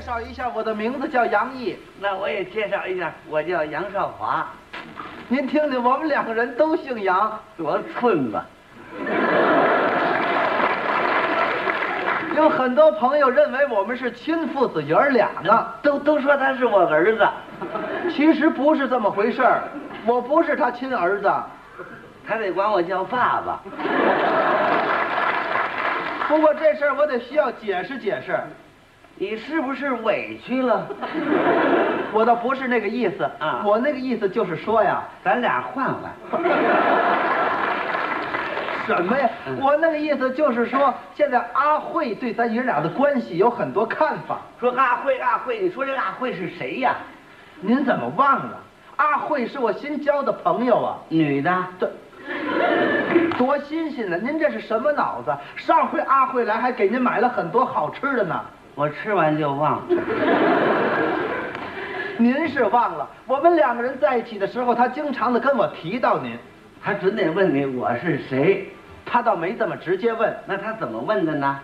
绍一下，我的名字叫杨毅。那我也介绍一下，我叫杨少华，您听听，我们两个人都姓杨，多寸吧？有很多朋友认为我们是亲父子爷儿俩呢，都都说他是我儿子，其实不是这么回事儿。我不是他亲儿子，他得管我叫爸爸。不过这事儿我得需要解释解释，你是不是委屈了？我倒不是那个意思啊我那个意思就是说呀，咱俩换换。什么呀？嗯我那个意思就是说，现在阿慧对咱爷俩的关系有很多看法，说阿慧阿慧，你说这阿慧是谁呀？您怎么忘了？阿慧是我新交的朋友啊，女的。这多新鲜呢！您这是什么脑子？上回阿慧来还给您买了很多好吃的呢，我吃完就忘了，您是忘了。我们两个人在一起的时候，她经常的跟我提到您，他准得问你我是谁，她倒没这么直接问。那他怎么问的呢？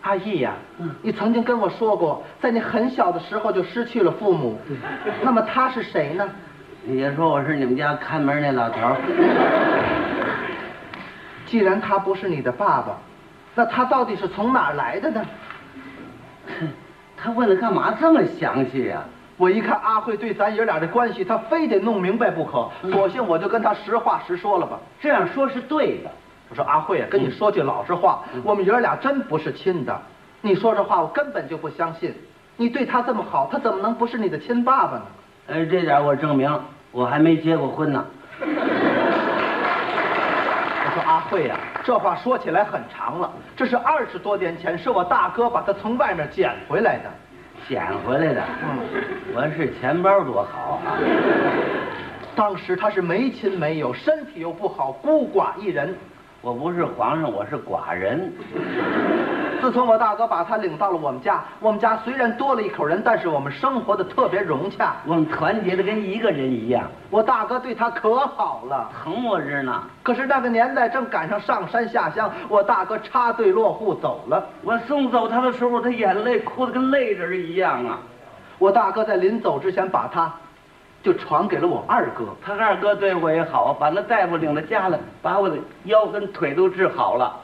阿义呀、嗯你曾经跟我说过，在你很小的时候就失去了父母，那么他是谁呢？你就说我是你们家看门那老头儿，既然他不是你的爸爸，那他到底是从哪儿来的呢？他问的干嘛这么详细呀、我一看阿慧对咱爷俩的关系，他非得弄明白不可，索性我就跟他实话实说了吧。这样说是对的，我说阿慧啊，跟你说句老实话，我们爷俩真不是亲的。你说这话我根本就不相信。你对他这么好，他怎么能不是你的亲爸爸呢？呃，这点我证明，我还没结过婚呢。我说阿慧呀、啊这话说起来很长了，这是二十多年前，是我大哥把她从外面捡回来的。捡回来的，我是钱包多好啊！当时她是没亲没友，身体又不好，孤寡一人。我不是皇上，我是寡人。自从我大哥把她领到了我们家，我们家虽然多了一口人，但是我们生活的特别融洽。我们团结的跟一个人一样，我大哥对她可好了，疼我着呢。可是那个年代正赶上上山下乡，我大哥插队落户走了。我送走他的时候，他眼泪哭得跟泪人一样啊。我大哥在临走之前把她就传给了我二哥。他二哥对我也好，把那大夫领到家来，把我的腰跟腿都治好了。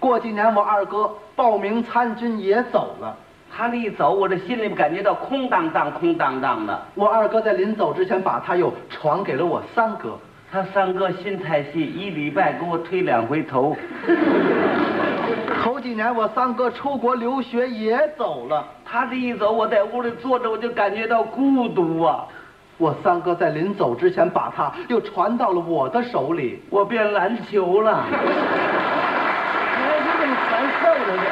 过几年我二哥报名参军也走了。他那一走，我这心里边感觉到空荡荡、空荡荡的。我二哥在临走之前把他又传给了我三哥。他三哥心太细，一礼拜给我推两回头。头几年我三哥出国留学也走了。他这一走，我在屋里坐着，我就感觉到孤独啊。我三哥在临走之前把他又传到了我的手里。我变篮球了。你说这么难受的了？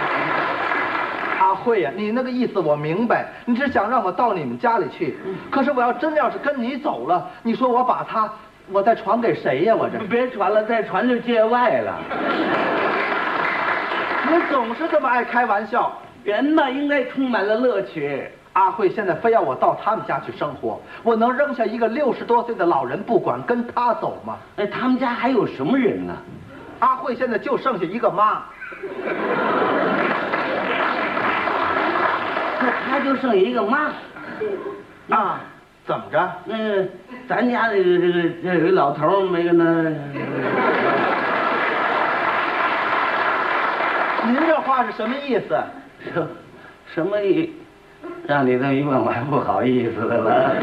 阿慧呀、你那个意思我明白，你是想让我到你们家里去。可是我要真要是跟你走了，你说我把他，我再传给谁呀、我这别传了，再传就界外了。你总是这么爱开玩笑。人嘛，应该充满了乐趣。阿慧现在非要我到他们家去生活，我能扔下一个六十多岁的老人不管，跟他走吗？哎，他们家还有什么人呢？阿慧现在就剩下一个妈，那他就剩一个妈。啊，怎么着？那个，咱家这个这个这有一老头儿，那个呢，您这话是什么意思？什什么意，让你这么一问，我还不好意思的了。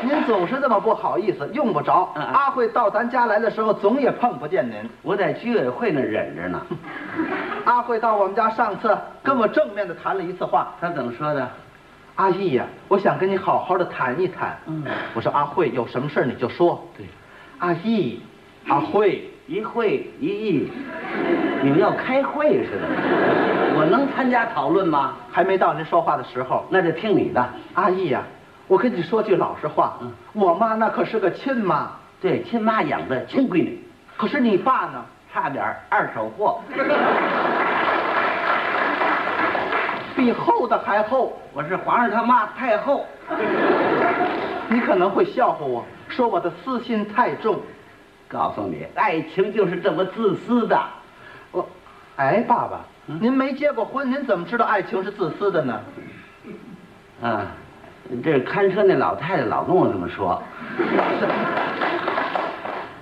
您总是这么不好意思，用不着。嗯嗯阿慧到咱家来的时候，总也碰不见您。我在居委会那忍着呢。阿慧到我们家上次跟我正面的谈了一次话，他怎么说的？阿义呀、我想跟你好好的谈一谈。嗯我说阿慧，有什么事儿你就说。对，阿义，阿慧，一会一议，你们要开会似的，我能参加讨论吗？还没到您说话的时候。那就听你的。阿义呀、我跟你说句老实话，嗯我妈那可是个亲妈，对，亲妈养的亲闺女，可是你爸呢？差点儿二手货。比厚的还厚。我是皇上他妈太后，你可能会笑话我，说我的私心太重。告诉你，爱情就是这么自私的。我，哦哎，爸爸，嗯您没结过婚，您怎么知道爱情是自私的呢？啊，这看车那老太太老跟我这么说。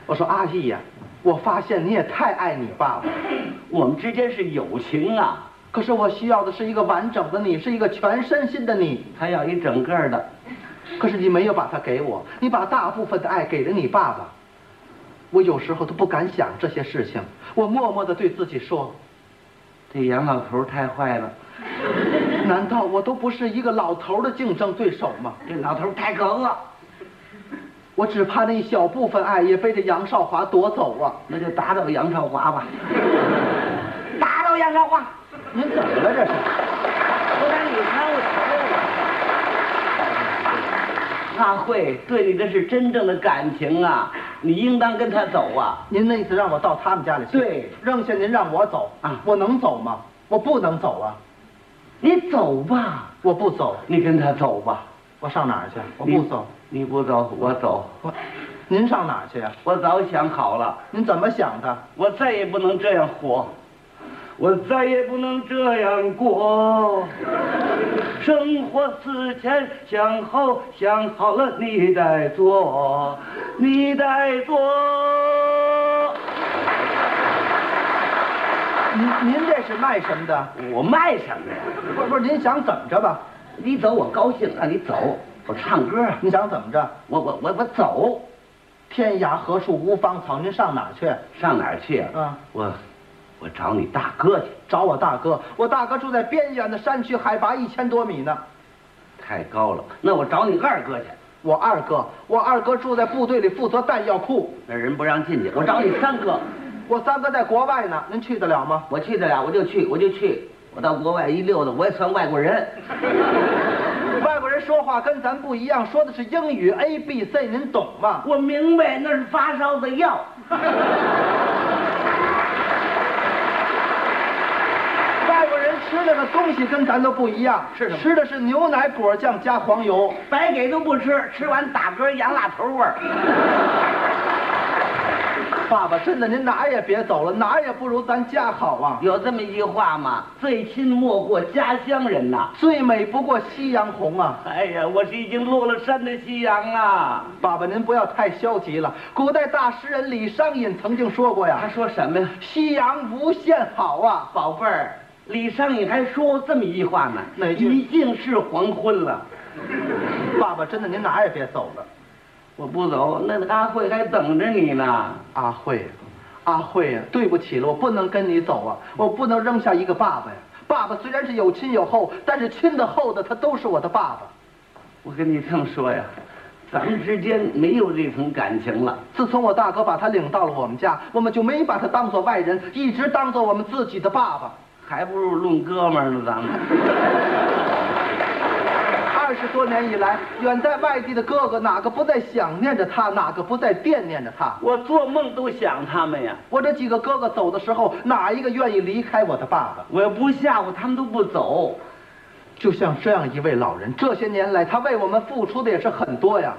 我说阿姨呀、我发现你也太爱你爸爸了，我们之间是友情啊，可是我需要的是一个完整的你，是一个全身心的你。他要一整个儿的，可是你没有把它给我，你把大部分的爱给了你爸爸。我有时候都不敢想这些事情，我默默的对自己说：这杨老头儿太坏了，难道我都不是一个老头儿的竞争对手吗？这老头儿太狗了，我只怕那一小部分爱也被这杨少华夺走啊！那就打倒杨少华吧，打倒杨少华，您怎么了这是？不但你贪污财物，阿慧对你这是真正的感情啊，你应当跟他走啊，您那意思让我到他们家里去？对，扔下您让我走啊我能走吗？我不能走啊！你走吧，我不走，你跟他走吧，我上哪儿去？我你不走，，你不走，我走，我，您上哪儿去呀、啊我早想好了。您怎么想的？我再也不能这样活，我再也不能这样过。生活死前想后，想好了你再做，你再做。您您这是卖什么的？我卖什么呀？不是不是，您想怎么着吧？你走我高兴，让你走。我唱歌，你想怎么着？我我我我走，天涯何处无芳草，您上哪儿去？上哪儿去啊？啊，我我找你大哥去，找我大哥，我大哥住在边远的山区，海拔一千多米呢。太高了。那我找你二哥去，我二哥，我二哥住在部队里，负责弹药库。那人不让进去。我找你三哥。我三哥在国外呢，您去得了吗？我去得了，我就去，我就去。我到国外一溜达，我也算外国人。外国人说话跟咱不一样，说的是英语 A B C，您懂吗？我明白，那是发烧的药。外国人吃那个东西跟咱都不一样，是什么吃的是牛奶果酱加黄油。白给都不吃，吃完打嗝羊辣头味儿。爸爸，真的，您哪儿也别走了，哪儿也不如咱家好啊。有这么一句话吗？最亲莫过家乡人呐。最美不过夕阳红啊！哎呀，我是已经落了山的夕阳啊！爸爸，您不要太消极了。古代大诗人李商隐曾经说过他呀说什么呀？：“夕阳无限好啊宝贝儿，李商隐还说这么一句话呢。哪句已经是黄昏了，！”爸爸，真的，您哪儿也别走了。我不走，那个阿慧还等着你呢。阿慧，阿慧呀、对不起了，我不能跟你走啊，我不能扔下一个爸爸呀。爸爸虽然是有亲有厚，但是亲的厚的他都是我的爸爸。我跟你这么说呀，咱们之间没有这层感情了。自从我大哥把他领到了我们家，我们就没把他当做外人，一直当做我们自己的爸爸。还不如论哥们儿呢，咱们。二十多年以来，远在外地的哥哥哪个不再想念着他，哪个不再惦念着他？我做梦都想他们呀，我这几个哥哥走的时候，哪一个愿意离开我的爸爸？我要不吓唬他们都不走。就像这样一位老人，这些年来他为我们付出的也是很多呀。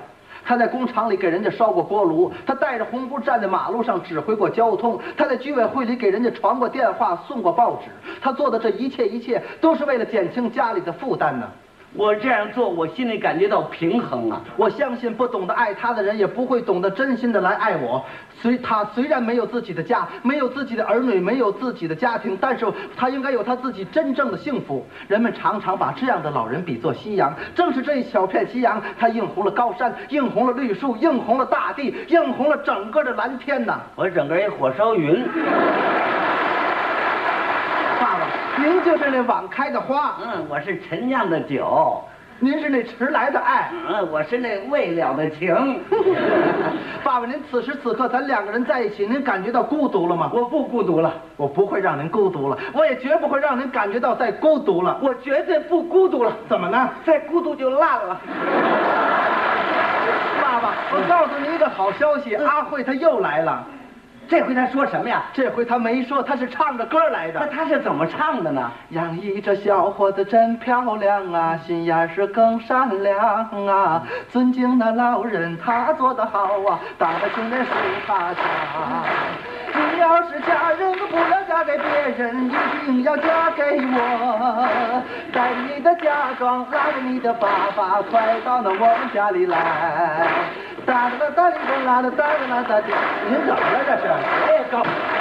他在工厂里给人家烧过锅炉，他带着红布站在马路上指挥过交通，他在居委会里给人家传过电话、送过报纸。他做的这一切一切，都是为了减轻家里的负担呢。我这样做，我心里感觉到平衡啊。我相信不懂得爱他的人，也不会懂得真心的来爱我。虽他虽然没有自己的家，没有自己的儿女，没有自己的家庭，但是他应该有他自己真正的幸福。人们常常把这样的老人比作夕阳，正是这一小片夕阳，它映红了高山，映红了绿树，映红了大地，映红了整个的蓝天呐。我整个一火烧云，爸爸，您就是那晚开的花，嗯，我是陈酿的酒，您是那迟来的爱。嗯，我是那未了的情。 爸爸，您此时此刻咱两个人在一起，您感觉到孤独了吗？我不孤独了，我不会让您孤独了，我也绝不会让您感觉到再孤独了。我绝对不孤独了，怎么呢，再孤独就烂了。 爸爸？我告诉你一个好消息，阿慧她又来了。嗯这回他说什么呀？这回她没说，她是唱着歌来那的。他是怎么唱的呢？杨毅这小伙子真漂亮啊，心眼儿是更善良啊，尊敬那老人他做得好啊，打败青年是他强。你要是嫁人，可不要嫁给别人，一定要嫁给我。带着你的嫁妆，拉着你的粑粑，快到那我们家里来。哒哒哒哒哩哒啦哒哒哒哒哒，您怎么了这是？哎，搞。